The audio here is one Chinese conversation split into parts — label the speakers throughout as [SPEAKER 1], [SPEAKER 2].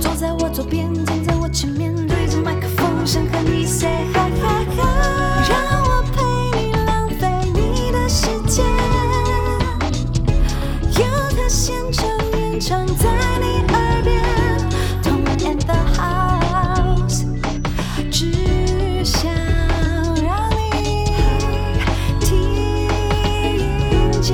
[SPEAKER 1] 坐在我左边，站在我前面，对着麦克风，想和你 say hi hi hi，让我陪你浪费你的时间。有他现场演唱在你耳边，同安 and the house，只想让你听见。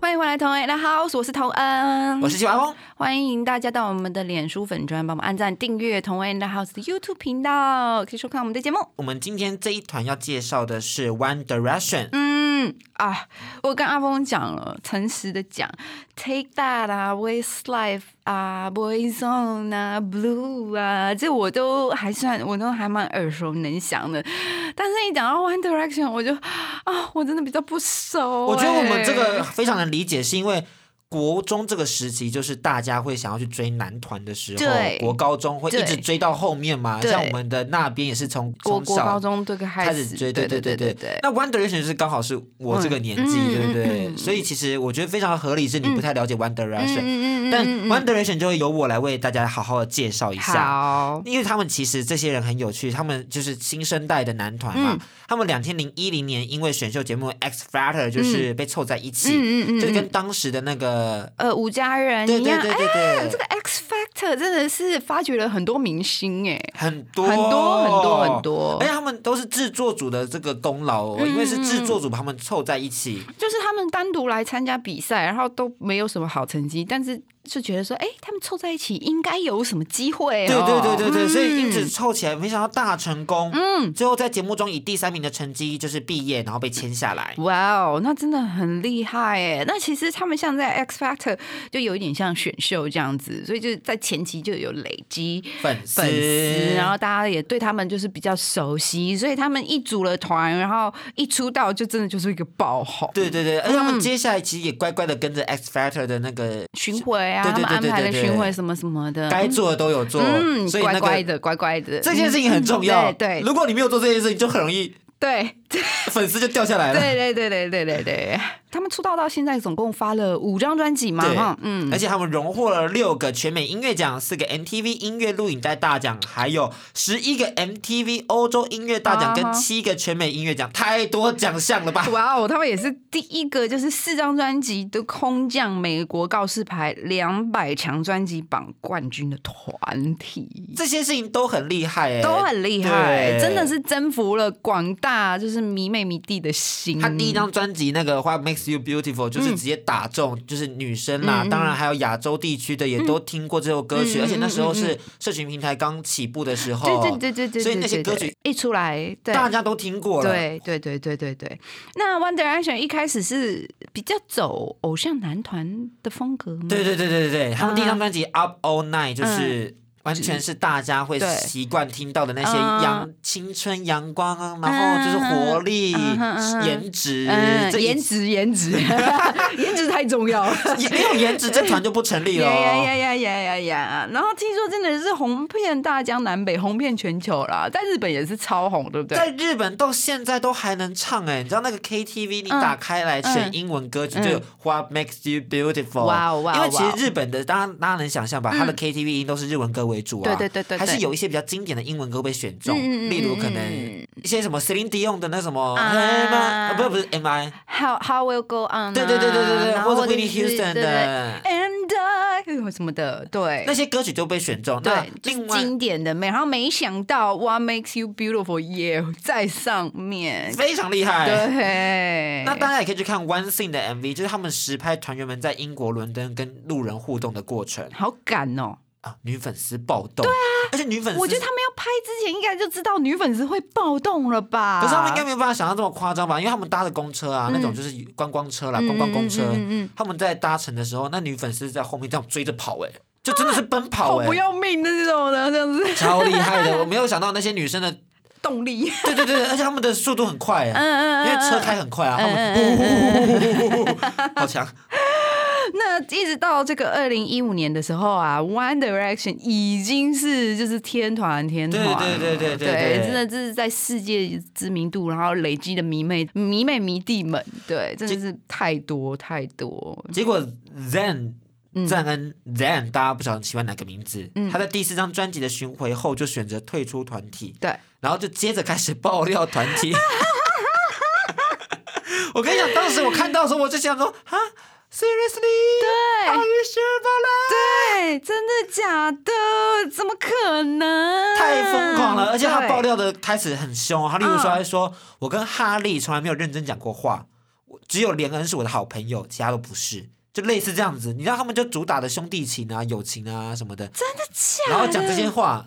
[SPEAKER 2] 欢迎回来，同恩的 house，我是童恩，
[SPEAKER 3] 我是。小王，
[SPEAKER 2] 欢迎大家到我们的脸书粉专，帮我们按赞、订阅同恩的 house 的 YouTube 频道，可以收看我们的节目。
[SPEAKER 3] 我们今天这一团要介绍的是 One Direction，、
[SPEAKER 2] 嗯啊，我跟阿峰讲了，诚实的讲，Take That 啊，Westlife 啊，Boyzone 啊，Blue 啊，这我都还算，我都还蛮耳熟能详的。但是一讲到 One Direction，我就啊，我真的比较不熟、
[SPEAKER 3] 我觉得我们这
[SPEAKER 2] 哎
[SPEAKER 3] 个非常能理解，是因为。国中这个时期，就是大家会想要去追男团的时
[SPEAKER 2] 对
[SPEAKER 3] 候，国高中会一直
[SPEAKER 2] 对
[SPEAKER 3] 追到后面嘛。
[SPEAKER 2] 对
[SPEAKER 3] 像我们的那边也是从
[SPEAKER 2] 国
[SPEAKER 3] 从
[SPEAKER 2] 国
[SPEAKER 3] 小
[SPEAKER 2] 高中这个开
[SPEAKER 3] 开始追，
[SPEAKER 2] 对
[SPEAKER 3] 对
[SPEAKER 2] 对
[SPEAKER 3] 对对
[SPEAKER 2] 对
[SPEAKER 3] 对
[SPEAKER 2] 对。
[SPEAKER 3] 那 One Direction 是刚好是我这个年纪，
[SPEAKER 2] 嗯
[SPEAKER 3] 对不
[SPEAKER 2] 嗯
[SPEAKER 3] 对、
[SPEAKER 2] 嗯嗯
[SPEAKER 3] 所以其实我觉得非常合理，是你不太了解 One
[SPEAKER 2] 嗯
[SPEAKER 3] Direction，、
[SPEAKER 2] 嗯嗯嗯，
[SPEAKER 3] 但
[SPEAKER 2] 嗯
[SPEAKER 3] One Direction 就会由我来为大家好好的介绍一下。
[SPEAKER 2] 好，
[SPEAKER 3] 因为他们其实这些人很有趣，他们就是新生代的男团嘛。
[SPEAKER 2] 嗯
[SPEAKER 3] 他们两千零一零年因为选秀节目 X Factor 就是被凑在一起，
[SPEAKER 2] 嗯嗯嗯，
[SPEAKER 3] 就是
[SPEAKER 2] 嗯
[SPEAKER 3] 跟当时的那个，
[SPEAKER 2] 呃吴家人
[SPEAKER 3] 对
[SPEAKER 2] 一
[SPEAKER 3] 对
[SPEAKER 2] 样，
[SPEAKER 3] 对对
[SPEAKER 2] 哎
[SPEAKER 3] 对，
[SPEAKER 2] 这个 X Factor 真的是发掘了很多明星哎、
[SPEAKER 3] 很多
[SPEAKER 2] 很多很多很多
[SPEAKER 3] 而且他们都是制作组的这个功劳哦，因为是制作组把他们凑在一起。
[SPEAKER 2] 就是他们单独来参加比赛，然后都没有什么好成绩，但是就觉得说，哎、他们凑在一起应该有什么机会、哦。
[SPEAKER 3] 对对对对对，
[SPEAKER 2] 嗯
[SPEAKER 3] 所以因此凑起来，没想到大成功。嗯，最后在节目中以第三名的成绩就是毕业，然后被签下来。
[SPEAKER 2] 哇哦，那真的很厉害哎！那其实他们像在 X Factor 就有一点像选秀这样子，所以就是在前期就有累积
[SPEAKER 3] 粉丝，
[SPEAKER 2] 粉丝，啊然后大家也对他们就是比较熟悉，所以他们一组了团，然后一出道就真的就是一个爆红。
[SPEAKER 3] 对对对，而且他们接下来其实也乖乖的跟着 X Factor 的那个
[SPEAKER 2] 巡回啊，
[SPEAKER 3] 对对对
[SPEAKER 2] 他们安排
[SPEAKER 3] 对
[SPEAKER 2] 了
[SPEAKER 3] 对对
[SPEAKER 2] 巡回什么什么的，
[SPEAKER 3] 该做的都有做，
[SPEAKER 2] 嗯，
[SPEAKER 3] 所以
[SPEAKER 2] 乖
[SPEAKER 3] 那个
[SPEAKER 2] 乖的，乖乖的，
[SPEAKER 3] 这件事情很重要。
[SPEAKER 2] 嗯对对
[SPEAKER 3] 如果你没有做这件事情，就很容易
[SPEAKER 2] 对对
[SPEAKER 3] 粉丝就掉下来了。
[SPEAKER 2] 对对对对对对，他们出道到现在总共发了五张专辑嘛，
[SPEAKER 3] 对哎
[SPEAKER 2] 哈，嗯
[SPEAKER 3] 而，且他们荣获了六个全美音乐奖、四个 MTV 音乐录影带大奖，还有十一个 MTV 欧洲音乐大奖
[SPEAKER 2] 啊哈
[SPEAKER 3] 跟七个全美音乐奖，太多奖项了吧？
[SPEAKER 2] 哇哦，他们也是第一个就是四张专辑都空降美国告示牌两百强专辑榜冠军的团体。
[SPEAKER 3] 这些事情都很厉害、欸，
[SPEAKER 2] 都很厉害，
[SPEAKER 3] 对
[SPEAKER 2] 真的是征服了广大就是迷妹迷弟的心。
[SPEAKER 3] 他第一张专辑那个《What Makes You Beautiful》就是
[SPEAKER 2] 嗯
[SPEAKER 3] 直接打中，就是女生啦，当然还有亚洲地区的也都听过这首歌
[SPEAKER 2] 嗯
[SPEAKER 3] 曲，
[SPEAKER 2] 嗯
[SPEAKER 3] 而且那时候是社群平台刚起步的时候，
[SPEAKER 2] 对对对对对，
[SPEAKER 3] 哦所以那些
[SPEAKER 2] 对对
[SPEAKER 3] 歌曲
[SPEAKER 2] 一出来，对
[SPEAKER 3] 大家都听过了。
[SPEAKER 2] 对对对对对对。那 One Direction 一开始是比较走偶像男团的风格吗？
[SPEAKER 3] 对对对对对对他们第一张专辑《Up All Night》就是。
[SPEAKER 2] 嗯
[SPEAKER 3] 完全是大家会
[SPEAKER 2] 对
[SPEAKER 3] 习惯听到的那些
[SPEAKER 2] 嗯
[SPEAKER 3] 阳青春阳光啊，然后就是活力
[SPEAKER 2] 嗯哼嗯、哼
[SPEAKER 3] 颜值
[SPEAKER 2] 嗯，，
[SPEAKER 3] 这一
[SPEAKER 2] 颜值颜值颜值太重 要了。
[SPEAKER 3] 也 没有颜值，这团就不成立 了
[SPEAKER 2] 呀呀
[SPEAKER 3] 哦。
[SPEAKER 2] 呀呀呀呀呀！然后听说真的是红遍大江南北，红遍全球啦，在日本也是超红，对不对？
[SPEAKER 3] 在日本到现在都还能唱哎、你知道那个 KTV 你打开来选英文歌曲
[SPEAKER 2] 嗯
[SPEAKER 3] 就有 What Makes You Beautiful，
[SPEAKER 2] 哇哦哇哦
[SPEAKER 3] 因为其
[SPEAKER 2] 哇哦嗯
[SPEAKER 3] 实日本的大家大家能想象吧，它的 KTV 音都是日文歌为主啊，
[SPEAKER 2] 对对对对对
[SPEAKER 3] 还是有一些比较经典的英文歌被选中，
[SPEAKER 2] 嗯嗯嗯
[SPEAKER 3] 例如可能
[SPEAKER 2] 嗯
[SPEAKER 3] 一些什么 Celine Dion 的那什么
[SPEAKER 2] 啊
[SPEAKER 3] Am I，呃不是不是 Am I，
[SPEAKER 2] How How will go on？啊
[SPEAKER 3] 对对对对对对，
[SPEAKER 2] 然后
[SPEAKER 3] 或者
[SPEAKER 2] 或者
[SPEAKER 3] Whitney
[SPEAKER 2] 是对
[SPEAKER 3] Houston
[SPEAKER 2] 对
[SPEAKER 3] 的。
[SPEAKER 2] ，And I 嗯什么的，对
[SPEAKER 3] 那。些歌曲都被选中，那
[SPEAKER 2] 对，就是
[SPEAKER 3] 另外
[SPEAKER 2] 经典的美，然后没想到 What Makes You Beautiful 也 在上面，
[SPEAKER 3] 非常厉害。
[SPEAKER 2] 对，
[SPEAKER 3] 那大家也可以去看 One Thing 的 MV，就是他们实拍团员们在英国伦敦跟路人互动的过程
[SPEAKER 2] 好赶哦！
[SPEAKER 3] 啊，女粉丝暴动，对啊，而且女粉丝，
[SPEAKER 2] 我觉得他们要拍之前应该就知道女粉丝会暴动了吧？
[SPEAKER 3] 可是他们应该没有办法想象这么夸张吧？因为他们搭的公车啊，那种就是观光车啦，观光公车，
[SPEAKER 2] 嗯
[SPEAKER 3] 他们在搭乘的时候，那女粉丝在后面这样追着跑、哎，就真的是奔跑、
[SPEAKER 2] 好
[SPEAKER 3] 哎、
[SPEAKER 2] 不要命的这种的，这样子。
[SPEAKER 3] 超厉害的！我没有想到那些女生的
[SPEAKER 2] 动力，
[SPEAKER 3] 对对对对，而且他们的速度很快哎， 因
[SPEAKER 2] 嗯
[SPEAKER 3] 为车开很快啊，他们呼好强。
[SPEAKER 2] 那一直到这个二零一五年的时候啊，One Direction 已经是就是天团天团了，
[SPEAKER 3] 对对对对对对
[SPEAKER 2] 真的这是在世界知名度，然后累积的迷妹迷妹迷弟们，对，真的是太多太多。
[SPEAKER 3] 结果 Zen
[SPEAKER 2] 嗯
[SPEAKER 3] 赞恩 Zen，大家不晓得喜欢哪个名字，他在第四张专辑的巡回后就选择退出团体，
[SPEAKER 2] 对，
[SPEAKER 3] 然后就接着开始爆料团体。 我跟你讲，当时我看到的时候，我就想说，哈，Seriously，Are you sure about
[SPEAKER 2] 对，真的假的？怎么可能？
[SPEAKER 3] that？太疯狂了，而且他
[SPEAKER 2] 对嗯
[SPEAKER 3] 爆料的开始很凶哦。他例如说，他说我跟哈利从来没有认真讲过话，我只有连恩是我的好朋友，其他都不是。就类似这样子，你知道他们就主打的兄弟情啊、友情啊什么的，
[SPEAKER 2] 真的假的？
[SPEAKER 3] 然后讲这些话，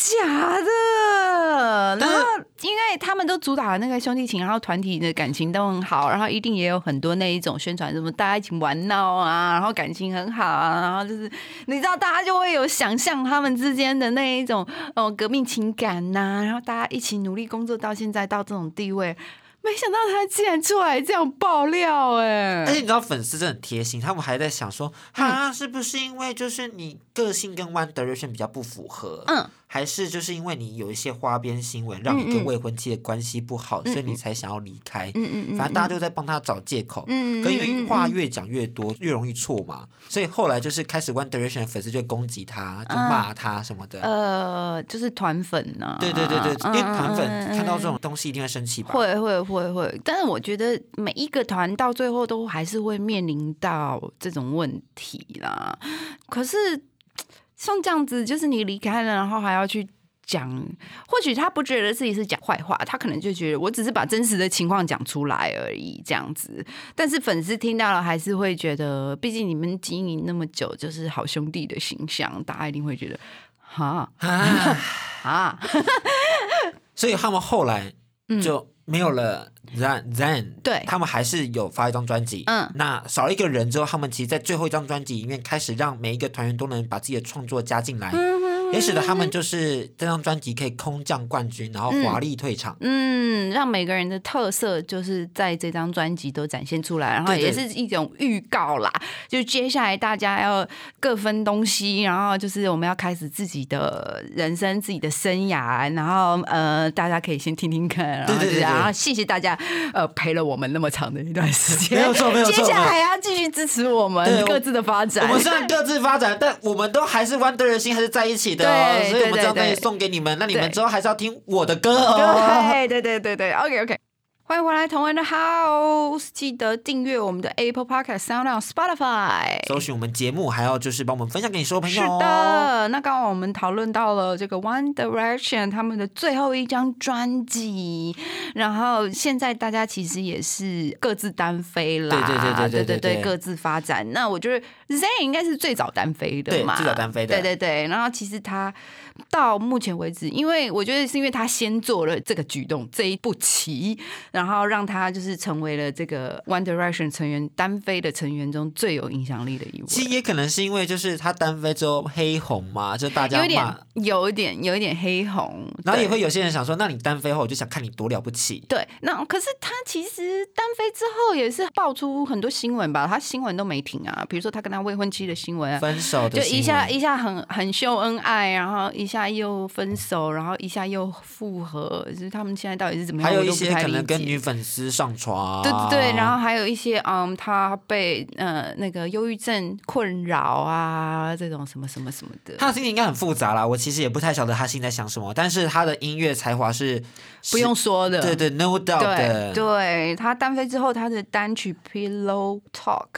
[SPEAKER 2] 假的，然
[SPEAKER 3] 但是
[SPEAKER 2] 后因为他们都主打那个兄弟情，然后团体的感情都很好，然后一定也有很多那一种宣传，什么大家一起玩闹啊，然后感情很好啊，然后就是你知道大家就会有想象他们之间的那一种哦革命情感呐、然后大家一起努力工作到现在到这种地位，没想到他竟然出来这样爆料 哎、
[SPEAKER 3] 而且你知道粉丝真的很贴心，他们还在想说，
[SPEAKER 2] 嗯
[SPEAKER 3] 哈，是不是因为就是你个性跟 One Direction 比较不符合，
[SPEAKER 2] 嗯，
[SPEAKER 3] 还是就是因为你有一些花边新闻，让你
[SPEAKER 2] 嗯
[SPEAKER 3] 跟未婚妻的关系不好，所以你才想要离开，
[SPEAKER 2] 嗯嗯嗯，
[SPEAKER 3] 反正大家就在帮他找借口，
[SPEAKER 2] 嗯嗯嗯
[SPEAKER 3] 可因为话越讲越多，越容易错嘛，所以后来就是开始 One Direction 的粉丝就攻击他，就骂他什么的，
[SPEAKER 2] 嗯呃，就是团粉呐、
[SPEAKER 3] 对对对对，因为团
[SPEAKER 2] 嗯嗯
[SPEAKER 3] 粉
[SPEAKER 2] 嗯
[SPEAKER 3] 看到这种东西一定会生气吧，
[SPEAKER 2] 会会会会，但是我觉得每一个团到最后都还是会面临到这种问题啦。可是像这样子，就是你离开了，然后还要去。讲，或许他不觉得自己是讲坏话，他可能就觉得我只是把真实的情况讲出来而已，这样子。但是粉丝听到了还是会觉得，毕竟你们经营那么久，就是好兄弟的形象，大家一定会觉得，哈
[SPEAKER 3] 啊，
[SPEAKER 2] 啊，
[SPEAKER 3] 所以他们后来就没有了 Zan Zan，
[SPEAKER 2] 嗯对
[SPEAKER 3] 他们还是有发一张专辑，
[SPEAKER 2] 嗯
[SPEAKER 3] 那少了一个人之后，他们其实，在最后一张专辑里面开始让每一个团员都能把自己的创作加进来，
[SPEAKER 2] 嗯
[SPEAKER 3] 也使得他们就是这张专辑可以空降冠军，然后华丽退场。
[SPEAKER 2] 嗯，让每个人的特色就是在这张专辑都展现出来，然后
[SPEAKER 3] 对对
[SPEAKER 2] 也是一种预告啦。就接下来大家要各分东西，然后就是我们要开始自己的人生、自己的生涯，然后呃，大家可以先听听看，然后
[SPEAKER 3] 对对对
[SPEAKER 2] 就是
[SPEAKER 3] 对
[SPEAKER 2] 然后谢谢大家呃陪了我们那么长的一段时间，
[SPEAKER 3] 没有错没有错
[SPEAKER 2] 接下来还要继续支持我
[SPEAKER 3] 对
[SPEAKER 2] 们
[SPEAKER 3] 我
[SPEAKER 2] 各自的发展，
[SPEAKER 3] 我们虽然各自发展，但我们都还是 One Direction 还是在一起的哦，
[SPEAKER 2] 对
[SPEAKER 3] 所以我们
[SPEAKER 2] 对
[SPEAKER 3] 这张
[SPEAKER 2] 对
[SPEAKER 3] 专辑
[SPEAKER 2] 对
[SPEAKER 3] 送给你们。那你们
[SPEAKER 2] 对
[SPEAKER 3] 之后还是要听我的歌哦。
[SPEAKER 2] 对对对对对，OK OK。欢迎回来，同恩的 House，记得订阅我们的 Apple Podcast、Sound On、Spotify。
[SPEAKER 3] 搜寻我们节目，还要就是帮我们分享给你所有朋
[SPEAKER 2] 是
[SPEAKER 3] 友哦。
[SPEAKER 2] 的，那刚刚我们讨论到了这个 One Direction 他们的最后一张专辑，然后现在大家其实也是各自单飞啦，
[SPEAKER 3] 对对对对
[SPEAKER 2] 对
[SPEAKER 3] 对对对
[SPEAKER 2] 各自发展。那我觉得 Zayn 应该是最早单飞的
[SPEAKER 3] 对
[SPEAKER 2] 嘛，
[SPEAKER 3] 最早单飞的
[SPEAKER 2] 对对对。然后其实他到目前为止，因为我觉得是因为他先做了这个举动这一步棋，然后让他就是成为了这个 One Direction 成员单飞的成员中最有影响力的一位。
[SPEAKER 3] 其实也可能是因为就是他单飞之后黑红嘛，就大家
[SPEAKER 2] 有一点
[SPEAKER 3] 骂，，
[SPEAKER 2] 有一点，有一点黑红，
[SPEAKER 3] 然后也
[SPEAKER 2] 对
[SPEAKER 3] 会有些人想说，那你单飞后我就想看你多了不起。
[SPEAKER 2] 对。那可是他其实单飞之后也是爆出很多新闻吧，他新闻都没停啊，比如说他跟他未婚妻的新闻啊。
[SPEAKER 3] 分手
[SPEAKER 2] 就
[SPEAKER 3] 的新闻
[SPEAKER 2] 一下一下很很秀恩爱，然后一下又分手，然后一下又复合，就是他们现在到底是怎么样？
[SPEAKER 3] 还有
[SPEAKER 2] 我
[SPEAKER 3] 一
[SPEAKER 2] 都不
[SPEAKER 3] 些
[SPEAKER 2] 太
[SPEAKER 3] 可能
[SPEAKER 2] 理
[SPEAKER 3] 跟
[SPEAKER 2] 解
[SPEAKER 3] 女粉丝上床，啊
[SPEAKER 2] 对对对，然后还有一些嗯，他被呃那个忧郁症困扰啊，这种什么什么什么的。
[SPEAKER 3] 他的心情应该很复杂啦。我其实也不太晓得他心里在想什么，但是他的音乐才华是
[SPEAKER 2] 不用说的，
[SPEAKER 3] 对对 no doubt
[SPEAKER 2] 对
[SPEAKER 3] 的，
[SPEAKER 2] 对，他单飞之后，他的单曲《Pillow Talk》，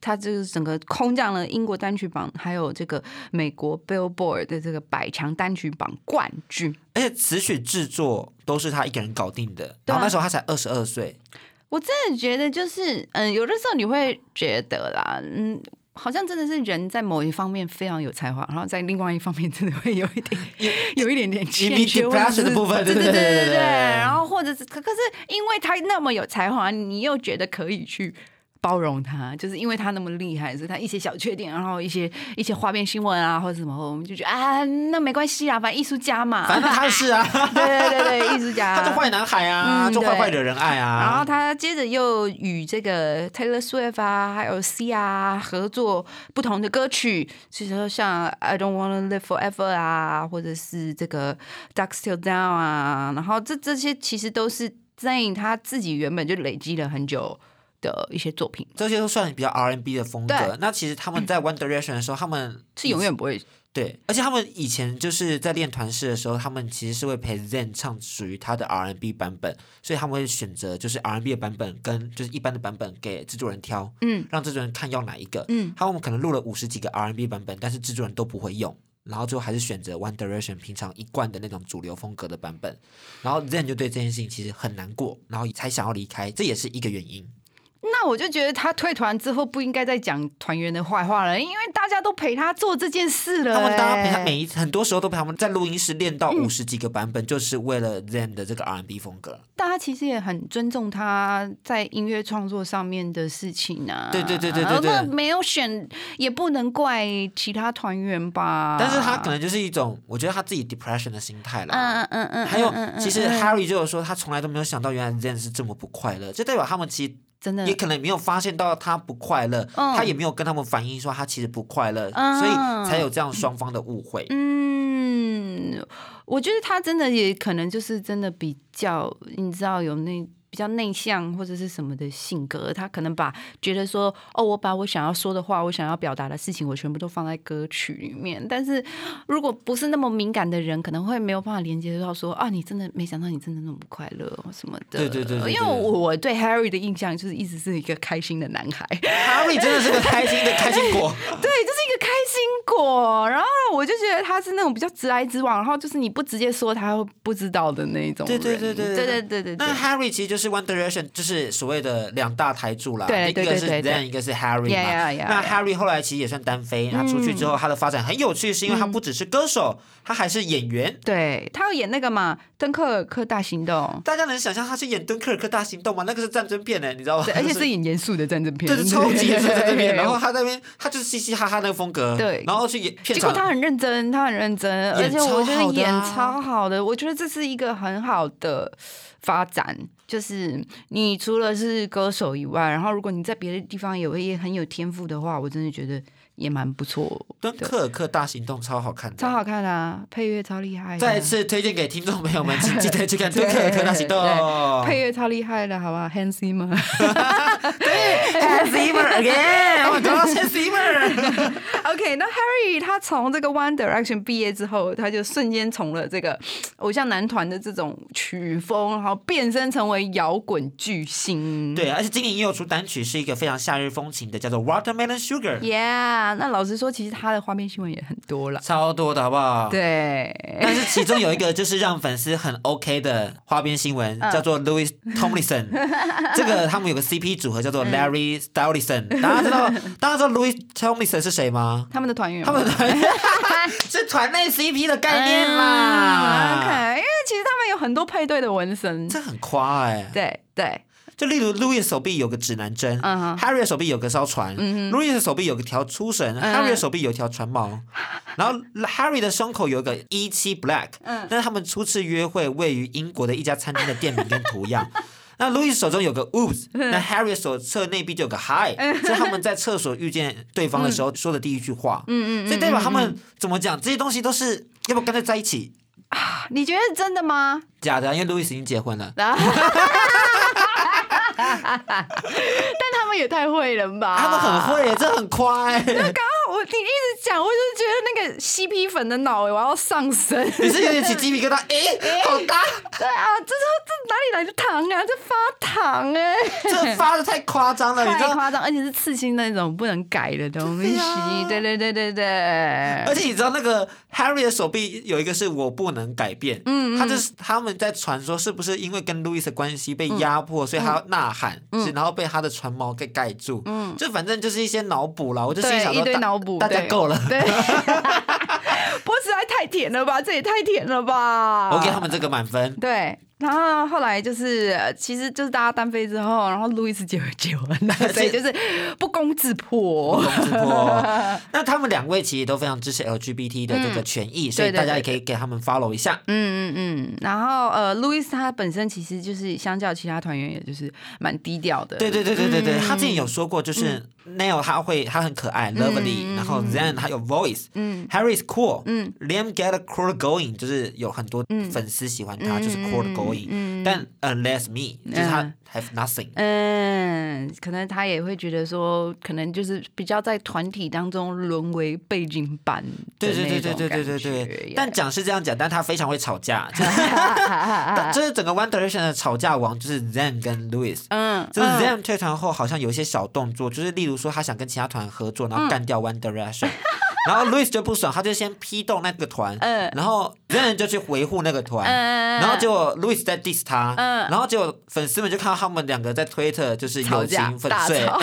[SPEAKER 2] 他就是整个空降了英国单曲榜，还有这个美国 Billboard 的这个百强单曲榜冠军。
[SPEAKER 3] 而且词曲制作都是他一个人搞定的。
[SPEAKER 2] 对啊
[SPEAKER 3] 然后那时候他才二十二岁，
[SPEAKER 2] 我真的觉得，就是嗯，有的时候你会觉得啦，嗯。好像真的是人在某一方面非常有才华，然后在另外一方面真的会有一点、有一点点欠
[SPEAKER 3] Maybe
[SPEAKER 2] 缺或者
[SPEAKER 3] depression
[SPEAKER 2] 是
[SPEAKER 3] 的部分
[SPEAKER 2] 对
[SPEAKER 3] 对
[SPEAKER 2] 对
[SPEAKER 3] 对对
[SPEAKER 2] 对
[SPEAKER 3] 对
[SPEAKER 2] 对。
[SPEAKER 3] 对
[SPEAKER 2] 然后或者是可可是因为他那么有才华，你又觉得可以去包容他，就是因为他那么厉害，所以他一些小缺点，然后一些一些花边新闻啊或者什么，我们就觉得啊，那没关系啊，反正艺术家嘛，
[SPEAKER 3] 反正 他是啊，
[SPEAKER 2] 对对对对，艺术家，
[SPEAKER 3] 他就坏男孩啊，
[SPEAKER 2] 嗯
[SPEAKER 3] 就坏坏
[SPEAKER 2] 对
[SPEAKER 3] 惹人爱啊。
[SPEAKER 2] 然后他接着又与这个 Taylor Swift 啊，还有 C 啊合作不同的歌曲，其实说像《I Don't Wanna Live Forever》啊，或者是这个《Dusk Till Dawn》啊，然后这这些其实都是 Zayn 他自己原本就累积了很久的一些作品，
[SPEAKER 3] 这些都算比较 R N B 的风格
[SPEAKER 2] 对。嗯
[SPEAKER 3] 那其实他们在 One Direction 的时候，他们
[SPEAKER 2] 是永远不
[SPEAKER 3] 嗯
[SPEAKER 2] 会
[SPEAKER 3] 对，而且他们以前就是在练团式的时候，他们其实是会陪 Zen 唱属于他的 R N B 版本，所以他们会选择就是 R N B 的版本跟就是一般的版本给制作人挑，
[SPEAKER 2] 嗯，
[SPEAKER 3] 让制作人看要哪一个。
[SPEAKER 2] 嗯，
[SPEAKER 3] 他们可能录了五十几个 R N B 版本，但是制作人都不会用。然后最后还是选择 One Direction 平常一贯的那种主流风格的版本，然后 Zen 就对这件事情其实很难过，然后才想要离开，这也是一个原因。
[SPEAKER 2] 那我就觉得他退团之后不应该再讲团员的坏话了，因为大家都陪他做这件事了、
[SPEAKER 3] 他们大家陪他
[SPEAKER 2] 哎
[SPEAKER 3] 每一很多时候都陪他们在录音室练到
[SPEAKER 2] 嗯
[SPEAKER 3] 五十几个版本，就是为了 Zen 的这个 R&B 风格。
[SPEAKER 2] 大家其实也很尊重他在音乐创作上面的事情啊。
[SPEAKER 3] 对对对对对
[SPEAKER 2] 然后
[SPEAKER 3] 对
[SPEAKER 2] 那没有选也不能怪其他团员吧。
[SPEAKER 3] 但是他可能就是一种，我觉得他自己 depression 的心态
[SPEAKER 2] 嗯
[SPEAKER 3] 啦。
[SPEAKER 2] 嗯嗯嗯，
[SPEAKER 3] 还有
[SPEAKER 2] 嗯嗯，嗯
[SPEAKER 3] 其实
[SPEAKER 2] 嗯
[SPEAKER 3] Harry 就有说，他从来都没有想到，原来 Zen 是这么不快乐，就代表他们其实
[SPEAKER 2] 真的
[SPEAKER 3] 也可能没有发现到他不快乐，
[SPEAKER 2] 嗯
[SPEAKER 3] 他也没有跟他们反映说他其实不快乐，
[SPEAKER 2] 嗯
[SPEAKER 3] 所以才有这样双方的误会。
[SPEAKER 2] 嗯，我觉得他真的也可能就是真的比较，你知道有那比较内向或者是什么的性格，他可能把觉得说哦，我把我想要说的话，我想要表达的事情，我全部都放在歌曲里面。但是如果不是那么敏感的人，可能会没有办法连接到说啊，你真的没想到你真的那么不快乐哦什么的。
[SPEAKER 3] 对对对对对
[SPEAKER 2] 因为我我对 Harry 的印象就是一直是一个开心的男孩。
[SPEAKER 3] Harry 真的是个开心的开心果，
[SPEAKER 2] 对，就是一个开心果。然后我就觉得他是那种比较直来直往，然后就是你不直接说，他会不知道的那一种
[SPEAKER 3] 对
[SPEAKER 2] 人。
[SPEAKER 3] 对对对
[SPEAKER 2] 对对对对对
[SPEAKER 3] 那 Harry 其实就是 One Direction，就是所谓的两大台柱啦，
[SPEAKER 2] 对
[SPEAKER 3] 一
[SPEAKER 2] 对
[SPEAKER 3] 个
[SPEAKER 2] 对
[SPEAKER 3] 是
[SPEAKER 2] 对对
[SPEAKER 3] Zayn，一个是 Harry 嘛。
[SPEAKER 2] Yeah, yeah, yeah,
[SPEAKER 3] 那
[SPEAKER 2] yeah.
[SPEAKER 3] Harry 后来其实也算单飞，他出去之后他的发展很有趣，是
[SPEAKER 2] 嗯
[SPEAKER 3] 因为他不只是歌手，他还是演员。
[SPEAKER 2] 对他要演那个嘛，《敦刻尔克大行动
[SPEAKER 3] 大家能想象他去演《敦刻尔克大行动》吗？那个是战争片呢，你知道》吗？
[SPEAKER 2] 对，而且
[SPEAKER 3] 就是
[SPEAKER 2] 演严肃的战争片，
[SPEAKER 3] 对，是超级严肃的战 争片。然后
[SPEAKER 2] 对。
[SPEAKER 3] 他在那边，他就是嘻嘻哈哈那个风格，
[SPEAKER 2] 对
[SPEAKER 3] 然后去演片
[SPEAKER 2] 结果
[SPEAKER 3] 场。
[SPEAKER 2] 他很认真，他很认真，而
[SPEAKER 3] 演
[SPEAKER 2] 且
[SPEAKER 3] 超
[SPEAKER 2] 我觉得
[SPEAKER 3] 好的
[SPEAKER 2] 演
[SPEAKER 3] 啊
[SPEAKER 2] 超好的，我觉得这是一个很好的发展。就是你除了是歌手以外，然后如果你在别的地方也会也很有天赋的话，我真的觉得也蛮不错。
[SPEAKER 3] 敦刻尔克大行动超好看的，
[SPEAKER 2] 超好看的啊，配乐超厉害的啊，
[SPEAKER 3] 再次推荐给听众朋 友们，请记得去看《敦刻尔克大行动》。
[SPEAKER 2] 配乐超厉害的，好不好？Hans Zimmer，
[SPEAKER 3] Hans Zimmer again，我 Hans Zimmer。
[SPEAKER 2] OK，那 Harry 他从这个 One Direction 毕业之后，他就瞬间从了这个偶像男团的这种曲风，然后变身成为摇滚巨星。
[SPEAKER 3] 对，而且今年也有出单曲，是一个非常夏日风情的，叫做《Watermelon Sugar》，
[SPEAKER 2] ，Yeah，那老实说，其实他的花边新闻也很多了。
[SPEAKER 3] 超多的好不好？。
[SPEAKER 2] 对，
[SPEAKER 3] 但是其中有一个就是让粉丝很 OK 的花边新闻，
[SPEAKER 2] 嗯
[SPEAKER 3] 叫做 Louis Tomlinson。这个他们有个 CP 组合叫
[SPEAKER 2] 嗯
[SPEAKER 3] 做 Larry Stolison。大家 知道大家知道 Louis Tomlinson 是谁吗？
[SPEAKER 2] 他们的团员嘛，
[SPEAKER 3] 他们的团 是团内 CP 的概念
[SPEAKER 2] 嗯
[SPEAKER 3] 啦。
[SPEAKER 2] ，OK，因为其实他们有很多配对的纹身。
[SPEAKER 3] 这很夸哎、
[SPEAKER 2] 对对，
[SPEAKER 3] 就例如 Louis 的手臂有个指南针、
[SPEAKER 2] 嗯哼
[SPEAKER 3] h a r r y 的手臂有个烧船、l o u i s 的手臂有个条粗绳、h a r r y 的手臂有条船 锚，然后 Harry 的胸口有个一七 Black，嗯，那是他们初次约会位于英国的一家餐厅的店名跟图 样。那 Louis 手中有个 oops，那 Harry 手册内壁就有个 hi，这是他们在厕所遇见对方的时候说的第一句话。嗯嗯，所以代表他们怎么讲，这些东西都是要不干脆在一起，
[SPEAKER 2] 你觉得是真的吗？
[SPEAKER 3] 假的啊，因为 Louis 已经结婚了。
[SPEAKER 2] 然后， 但他们也太会了吧？
[SPEAKER 3] 他们很会耶，这很夸耶。
[SPEAKER 2] 刚刚我你一直讲，我就是觉得那个 CP 粉的脑我要上升。
[SPEAKER 3] 你是有点起鸡皮疙瘩， 诶，好大，
[SPEAKER 2] 对啊，这这这哪里来的糖啊？这发糖哎、
[SPEAKER 3] 这发的太夸张了，你知
[SPEAKER 2] 太
[SPEAKER 3] 道？
[SPEAKER 2] 夸张，而且是刺青那种不能改的东西。
[SPEAKER 3] 对啊
[SPEAKER 2] 对对对对对，
[SPEAKER 3] 而且你知道那个 Harry 的手臂有一个是我不能改变，嗯，他就是他们在传说是不是因为跟 Louis 的关系被
[SPEAKER 2] 嗯
[SPEAKER 3] 压迫，所以他呐喊，是然后被他的船锚给盖住，嗯，就反正就是一些脑补啦，我就心
[SPEAKER 2] 对
[SPEAKER 3] 想
[SPEAKER 2] 一
[SPEAKER 3] 说
[SPEAKER 2] 堆
[SPEAKER 3] 大
[SPEAKER 2] 脑补，
[SPEAKER 3] 大家
[SPEAKER 2] 对
[SPEAKER 3] 够了，
[SPEAKER 2] 对， 不过实在太甜了吧？这也太甜了吧！
[SPEAKER 3] 我给他们这个满分。
[SPEAKER 2] 对，然后后来就是，呃其实就是大家单飞之后，然后路易斯结婚结婚 了，所以就是不攻自破。
[SPEAKER 3] 直 播。那他们两位其实都非常支持 LGBT 的这个权益，所以
[SPEAKER 2] 嗯对对
[SPEAKER 3] 大家也
[SPEAKER 2] 对
[SPEAKER 3] 可以给他们 follow 一下。
[SPEAKER 2] 嗯嗯嗯，然后呃，路易斯他本身其实就是相较其他团员，也就是蛮低调的。
[SPEAKER 3] 对对对对对对，他之前有说过，就是 Neil 他会他很可爱，lovely，然后 Zen 他有 voice，嗯，Harry is cool，嗯，Liam 嗯 get a cool going，就是有很多粉丝喜欢他，就是 cool going，但 unless me，就是他 have nothing。
[SPEAKER 2] 嗯，可能他也会觉得说，可能就是比较在团体当中沦为背景板的
[SPEAKER 3] 对对
[SPEAKER 2] 那
[SPEAKER 3] 对
[SPEAKER 2] 种
[SPEAKER 3] 对
[SPEAKER 2] 感觉。
[SPEAKER 3] 对对对对，
[SPEAKER 2] 耶
[SPEAKER 3] 但讲是这样讲，但他非常会吵架， 就是就是整个 One Direction 的吵架王就是 Zen 跟 Louis，
[SPEAKER 2] 嗯，
[SPEAKER 3] 就是
[SPEAKER 2] 嗯
[SPEAKER 3] Zam 退团后，好像有一些小动作，就是例如说他想跟其他团合作，
[SPEAKER 2] 嗯
[SPEAKER 3] 然后干掉 One Direction，、然后 Louis 就不爽，他就先批斗那个团，
[SPEAKER 2] 嗯
[SPEAKER 3] 然后 Zam 就去维护那个团，
[SPEAKER 2] 嗯
[SPEAKER 3] 然后结果 Louis 在 diss 他，然后结果粉丝们就看到他们两个在推特就是友
[SPEAKER 2] 吵架
[SPEAKER 3] 情粉
[SPEAKER 2] 大
[SPEAKER 3] 碎
[SPEAKER 2] 吵。。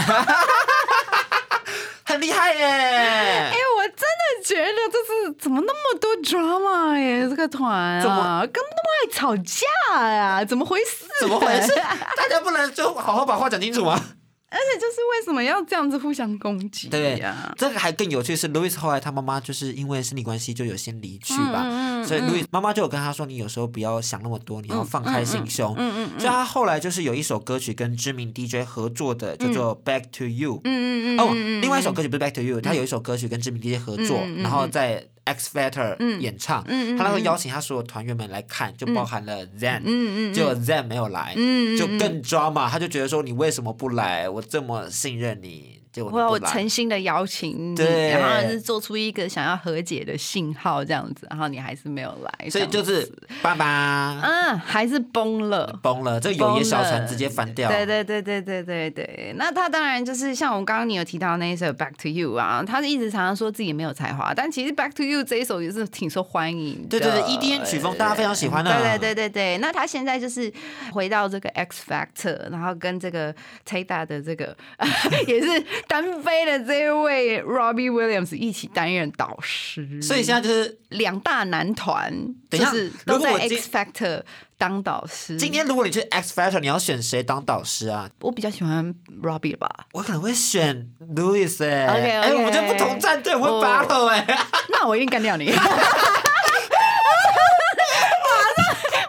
[SPEAKER 3] 很厉害耶
[SPEAKER 2] 哎、！我真的觉得这是怎么那么多 drama 耶？这个团
[SPEAKER 3] 怎
[SPEAKER 2] 啊，
[SPEAKER 3] 么
[SPEAKER 2] 跟那么爱吵架呀、怎么回事？
[SPEAKER 3] 怎么回事？大家不能就好好把话讲清楚吗？
[SPEAKER 2] 而且就是为什么要这样子互相攻击、
[SPEAKER 3] 对
[SPEAKER 2] 呀？
[SPEAKER 3] 这个还更有趣是，Louis 后来他妈妈就是因为生理关系就有先离去吧，
[SPEAKER 2] 嗯
[SPEAKER 3] 所以 Louis 妈妈就有跟他说，你有时候不要想那么多，你要放开心胸。
[SPEAKER 2] 嗯
[SPEAKER 3] 所以他后来就是有一首歌曲跟知名 DJ 合作的，叫做《Back to You》。
[SPEAKER 2] 嗯嗯嗯，嗯
[SPEAKER 3] 哦，另外一首歌曲不是《Back to You》，他有一首歌曲跟知名 DJ 合作，然后在 X Factor 演唱，他那时候邀请他所有团员们来看，就包含了 Zen，嗯嗯，结果 Zen 没有来，
[SPEAKER 2] 嗯
[SPEAKER 3] 就更 drama，他就觉得说你为什么不来？我这么信任你，结果你
[SPEAKER 2] 我有
[SPEAKER 3] 不来
[SPEAKER 2] 诚心的邀请你，
[SPEAKER 3] 对
[SPEAKER 2] 然后是做出一个想要和解的信号，这样子，然后你还是没有来，
[SPEAKER 3] 所以就
[SPEAKER 2] 这样
[SPEAKER 3] 是
[SPEAKER 2] 子
[SPEAKER 3] 爸爸
[SPEAKER 2] 嗯，还是崩了。
[SPEAKER 3] 崩了，这个友谊小船直接翻掉。
[SPEAKER 2] 对对对对对对对，那他当然就是像我刚刚你有提到那一首《Back to You》啊，他一直常常说自己没有才华，但其实《Back to You》这一首也是挺受欢迎的。
[SPEAKER 3] 对对对，EDM 曲风大家非常喜欢啊
[SPEAKER 2] 对
[SPEAKER 3] 的。
[SPEAKER 2] 对对对对，那他现在就是回到这个 X Factor，然后跟这个 Tata 的这个 也是单飞的这一位 Robbie Williams 一起担任导师，
[SPEAKER 3] 所以现在就是
[SPEAKER 2] 两大男团
[SPEAKER 3] 等一
[SPEAKER 2] 就
[SPEAKER 3] 下
[SPEAKER 2] 是
[SPEAKER 3] 如
[SPEAKER 2] 都
[SPEAKER 3] 果
[SPEAKER 2] 在
[SPEAKER 3] 我今
[SPEAKER 2] X Factor 当导师。
[SPEAKER 3] 今天，如果你去 X Factor，你要选谁当导师啊？
[SPEAKER 2] 我比较喜欢 Robbie 吧，
[SPEAKER 3] 我可能会选 Louis 哎、
[SPEAKER 2] OK，OK
[SPEAKER 3] 哎、我们就不同战队，我会
[SPEAKER 2] 哦
[SPEAKER 3] battle 哎、
[SPEAKER 2] 那我一定干掉你。 马上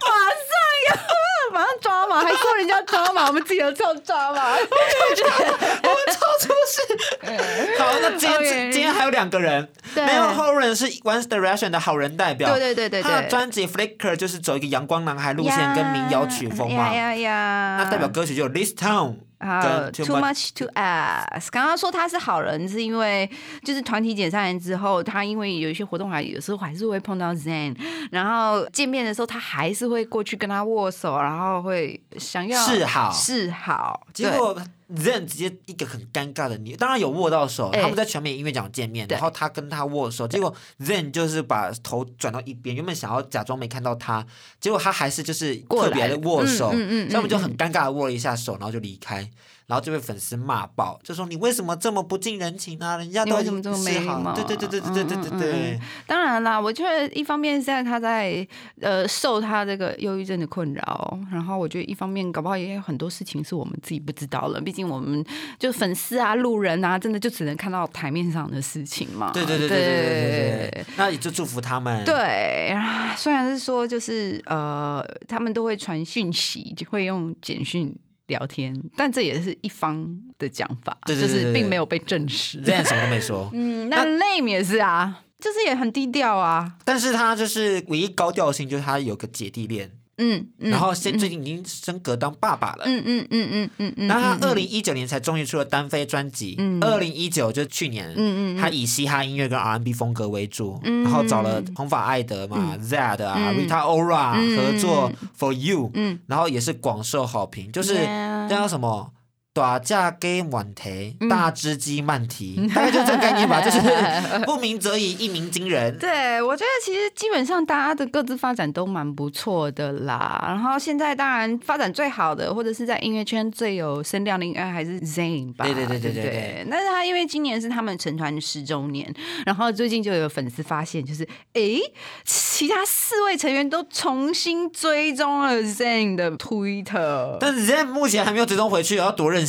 [SPEAKER 2] 马上要马上抓马，还说人家抓马，我们自己都叫抓马。
[SPEAKER 3] 我超出 事。好，那今天
[SPEAKER 2] OK
[SPEAKER 3] 今天还有两个人，
[SPEAKER 2] 对
[SPEAKER 3] 没有后人是 One Direction 的好人代表，
[SPEAKER 2] 对对对对对
[SPEAKER 3] 他的专辑 Flicker 就是走一个阳光男 孩路线跟民谣曲风嘛。
[SPEAKER 2] 呀呀呀！
[SPEAKER 3] 那代表歌曲就有 This Town
[SPEAKER 2] 好
[SPEAKER 3] 跟
[SPEAKER 2] ，too much to ask。刚刚说他是好人，是因为就是团体解散之后，他因为有一些活动还有时候还是会碰到 Zen，然后见面的时候他还是会过去跟他握手，然后会想要
[SPEAKER 3] 示好
[SPEAKER 2] 示好。
[SPEAKER 3] 结
[SPEAKER 2] 对
[SPEAKER 3] 果 Zen 直接一个很尴尬的你，当然有握到手，
[SPEAKER 2] 哎
[SPEAKER 3] 他们在全美音乐奖见面，
[SPEAKER 2] 对
[SPEAKER 3] 然后他跟他握手，结果 Zen 就是把头转到一边，原本想要假装没看到他，结果他还是就是
[SPEAKER 2] 过
[SPEAKER 3] 特别
[SPEAKER 2] 来
[SPEAKER 3] 的
[SPEAKER 2] 了
[SPEAKER 3] 握手，
[SPEAKER 2] 嗯嗯嗯嗯
[SPEAKER 3] 所以我们就很尴尬的握了一下手，然后就离开。然后就被粉丝骂爆，就说你为什么这么不近人情啊？人家
[SPEAKER 2] 你
[SPEAKER 3] 都
[SPEAKER 2] 为
[SPEAKER 3] 已
[SPEAKER 2] 什么
[SPEAKER 3] 经
[SPEAKER 2] 这么没
[SPEAKER 3] 示
[SPEAKER 2] 礼
[SPEAKER 3] 好
[SPEAKER 2] 貌
[SPEAKER 3] 对对对对对对对对
[SPEAKER 2] 嗯嗯
[SPEAKER 3] 对
[SPEAKER 2] 嗯。当然啦，我觉得一方面是在他在呃受他这个忧郁症的困扰，然后我觉得一方面搞不好也有很多事情是我们自己不知道了，毕竟我们就粉丝啊、路人啊，真的就只能看到台面上的事情嘛。
[SPEAKER 3] 对对对对对对对对。那也就祝福他们。
[SPEAKER 2] 对，啊虽然是说就是呃，他们都会传讯息，就会用简讯聊天，但这也是一方的讲法，
[SPEAKER 3] 对对对对
[SPEAKER 2] 就是
[SPEAKER 3] 对
[SPEAKER 2] 并没有被证实。
[SPEAKER 3] ，Zen 什么都没说。
[SPEAKER 2] 嗯，那 Lame 也是啊，就是也很低调啊。
[SPEAKER 3] 但是他就是唯一高调性，就是他有个姐弟恋，
[SPEAKER 2] 嗯嗯
[SPEAKER 3] 然后现最近已经升格当爸爸了。
[SPEAKER 2] 嗯嗯嗯嗯嗯嗯，
[SPEAKER 3] 然后他二零一九年才终于出了单飞专辑，二零一九就是去年，
[SPEAKER 2] 嗯
[SPEAKER 3] 他以嘻哈音乐跟 R&B 风格为主，然后找了红发艾德嘛、Zad
[SPEAKER 2] 嗯
[SPEAKER 3] 啊、Rita Ora 合作 For You，然后也是广受好评，就是
[SPEAKER 2] 嗯
[SPEAKER 3] 那叫什么打架 gay 晚提，大只鸡慢提，大概就这个概念吧，就是 不鸣则已，一鸣惊人。
[SPEAKER 2] 对，我觉得其实基本上大家的各自发展都蛮不错的啦。然后现在当然发展最好的，或者是在音乐圈最有声量的，应该还是 Zayn 吧？
[SPEAKER 3] 对对对
[SPEAKER 2] 对
[SPEAKER 3] 对
[SPEAKER 2] 不
[SPEAKER 3] 对对
[SPEAKER 2] 但是他因为今年是他们成团十周年，然后最近就有粉丝发现，就是诶，其他四位成员都重新追踪了 Zayn 的 Twitter。
[SPEAKER 3] 但是 Zen 目前还没有追踪回去，要多任性。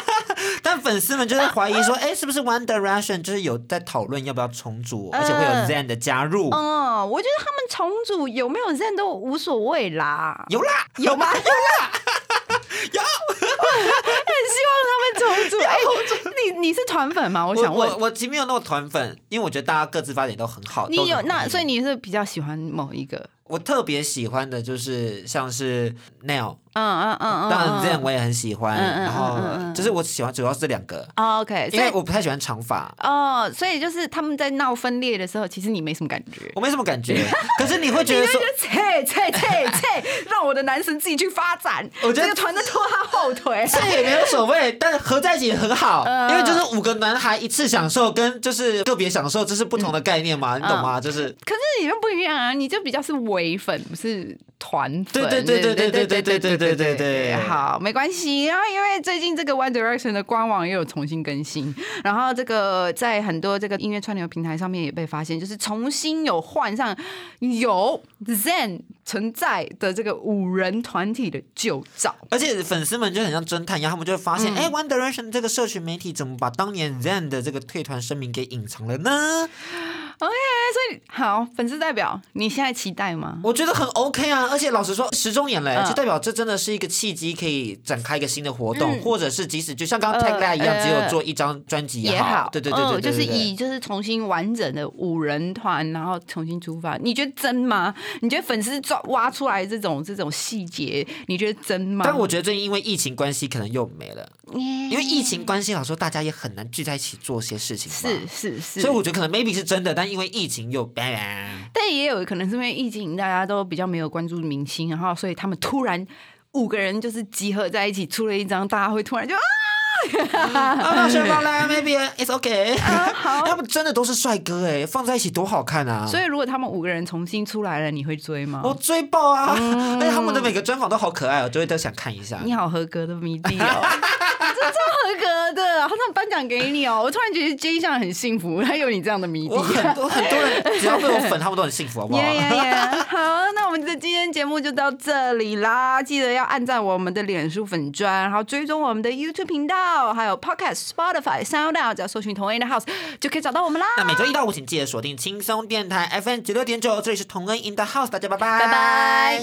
[SPEAKER 3] 但粉丝们就在怀疑说， 哎、是不是 One Direction 就是有在讨论要不要重组，而且会有 Zen 的加入？
[SPEAKER 2] 呃嗯，我觉得他们重组有没有 Zayn 都无所谓啦。
[SPEAKER 3] 有啦，
[SPEAKER 2] 有吗？ 有啦，有。很 希望他们重组。哎、你你是团粉吗？我
[SPEAKER 3] 我
[SPEAKER 2] 想问
[SPEAKER 3] 我，我其实没有那么团粉，因为我觉得大家各自发展都很好。
[SPEAKER 2] 你
[SPEAKER 3] 都很
[SPEAKER 2] 有
[SPEAKER 3] 努力
[SPEAKER 2] 那，所以你是比较喜欢某一个？
[SPEAKER 3] 我特别喜欢的就是像是 Nail，
[SPEAKER 2] 嗯嗯嗯嗯，
[SPEAKER 3] 当然 Zen
[SPEAKER 2] 嗯
[SPEAKER 3] 我也很喜欢，
[SPEAKER 2] 嗯嗯嗯
[SPEAKER 3] 然
[SPEAKER 2] 嗯嗯
[SPEAKER 3] 后
[SPEAKER 2] 嗯
[SPEAKER 3] 就是我喜欢主要是这两个，
[SPEAKER 2] 哦，OK，
[SPEAKER 3] 因
[SPEAKER 2] 所
[SPEAKER 3] 为
[SPEAKER 2] 以
[SPEAKER 3] 我不太喜欢长发，
[SPEAKER 2] 哦，所以就是他们在闹分裂的时候，其实你没什么感觉。
[SPEAKER 3] 我没什么 感觉，可是你会觉得说。
[SPEAKER 2] 切 切切切，让我的男神自己去发展，
[SPEAKER 3] 我觉得
[SPEAKER 2] 这个团在拖他后腿。
[SPEAKER 3] 这也没有所谓，但合在一起很好，
[SPEAKER 2] 嗯
[SPEAKER 3] 因为就是五个男孩一次享受跟就是个别享受，这是不同的概念
[SPEAKER 2] 嗯
[SPEAKER 3] 嘛，你懂吗？就是
[SPEAKER 2] 可是你们不一样啊，你就比较是伪粉，不是团粉。
[SPEAKER 3] 对对对对对对对对对对对
[SPEAKER 2] 好，没关系。然后因为最近这个 One Direction 的官网又有重新更新，然后这个在很多这个音乐串流平台上面也被发现，就是重新有换上有 Zen 存在的这个五人团体的旧照。
[SPEAKER 3] 而且粉丝们就很像侦探一样，他们就会发
[SPEAKER 2] 嗯
[SPEAKER 3] 现，哎、o n e Direction 这个社群媒体怎么把当年 Zen 的这个退团声明给隐藏了呢？
[SPEAKER 2] 哎，所以好，粉丝代表，你现在期待吗？
[SPEAKER 3] 我觉得很 OK 啊，而且老实说，十周年了、
[SPEAKER 2] 嗯
[SPEAKER 3] 就代表这真的是一个契机，可以展开一个新的活动，
[SPEAKER 2] 嗯
[SPEAKER 3] 或者是即使就像刚刚
[SPEAKER 2] 呃
[SPEAKER 3] Tag l i 一样，
[SPEAKER 2] 呃
[SPEAKER 3] 只有做一张专辑
[SPEAKER 2] 也
[SPEAKER 3] 好，
[SPEAKER 2] 好，
[SPEAKER 3] 对对对
[SPEAKER 2] 嗯，
[SPEAKER 3] 对对
[SPEAKER 2] 就是
[SPEAKER 3] 对对对
[SPEAKER 2] 以就是重新完整的五人团，然后重新出发。你觉得真吗？你觉得粉丝抓挖出来这种这种细节，你觉得真吗？
[SPEAKER 3] 但我觉得最近因为疫情关系，可能又没了。
[SPEAKER 2] 因
[SPEAKER 3] 因为疫情关系，老实说大家也很难聚在一起做些事情
[SPEAKER 2] 是
[SPEAKER 3] 嘛。
[SPEAKER 2] 是是，
[SPEAKER 3] 所以我觉得可能 maybe 是真的，但因为疫 情又拜拜。
[SPEAKER 2] 但也有可能是因为疫情，大家都比较没有关注明星，然后所以他们突然五个人就是集合在一起出了一张，大家会突然就啊，
[SPEAKER 3] 啊，那学吧 啦，maybe it's okay。
[SPEAKER 2] 啊好
[SPEAKER 3] 他们真的都是帅哥哎，放在一起多好看啊！
[SPEAKER 2] 所以如果他们五个人重新出来了，你会追吗？
[SPEAKER 3] 我追爆啊！ 而且他们的每个专访都好可爱哦，就会都想看一下。
[SPEAKER 2] 哦你好合格的迷弟 哦，这超合格的，好想颁奖给你哦！我突然觉得 J 项很幸福，他有你这样的迷弟
[SPEAKER 3] 我。很多很多人只要被我粉，他们都很幸福，好不好？
[SPEAKER 2] 耶耶耶！好，那我们的今天节目就到这里啦，记得要按赞我们的脸书粉砖，然后追踪我们的 YouTube 频道，还有 Podcast、Spotify、SoundOut，只要搜寻同 A 的 House 就可以找到我们啦。
[SPEAKER 3] 那每周一到五，请记得锁定轻松电台 FM 九六点九，这里是同恩 in the house，大家拜拜，
[SPEAKER 2] 拜拜。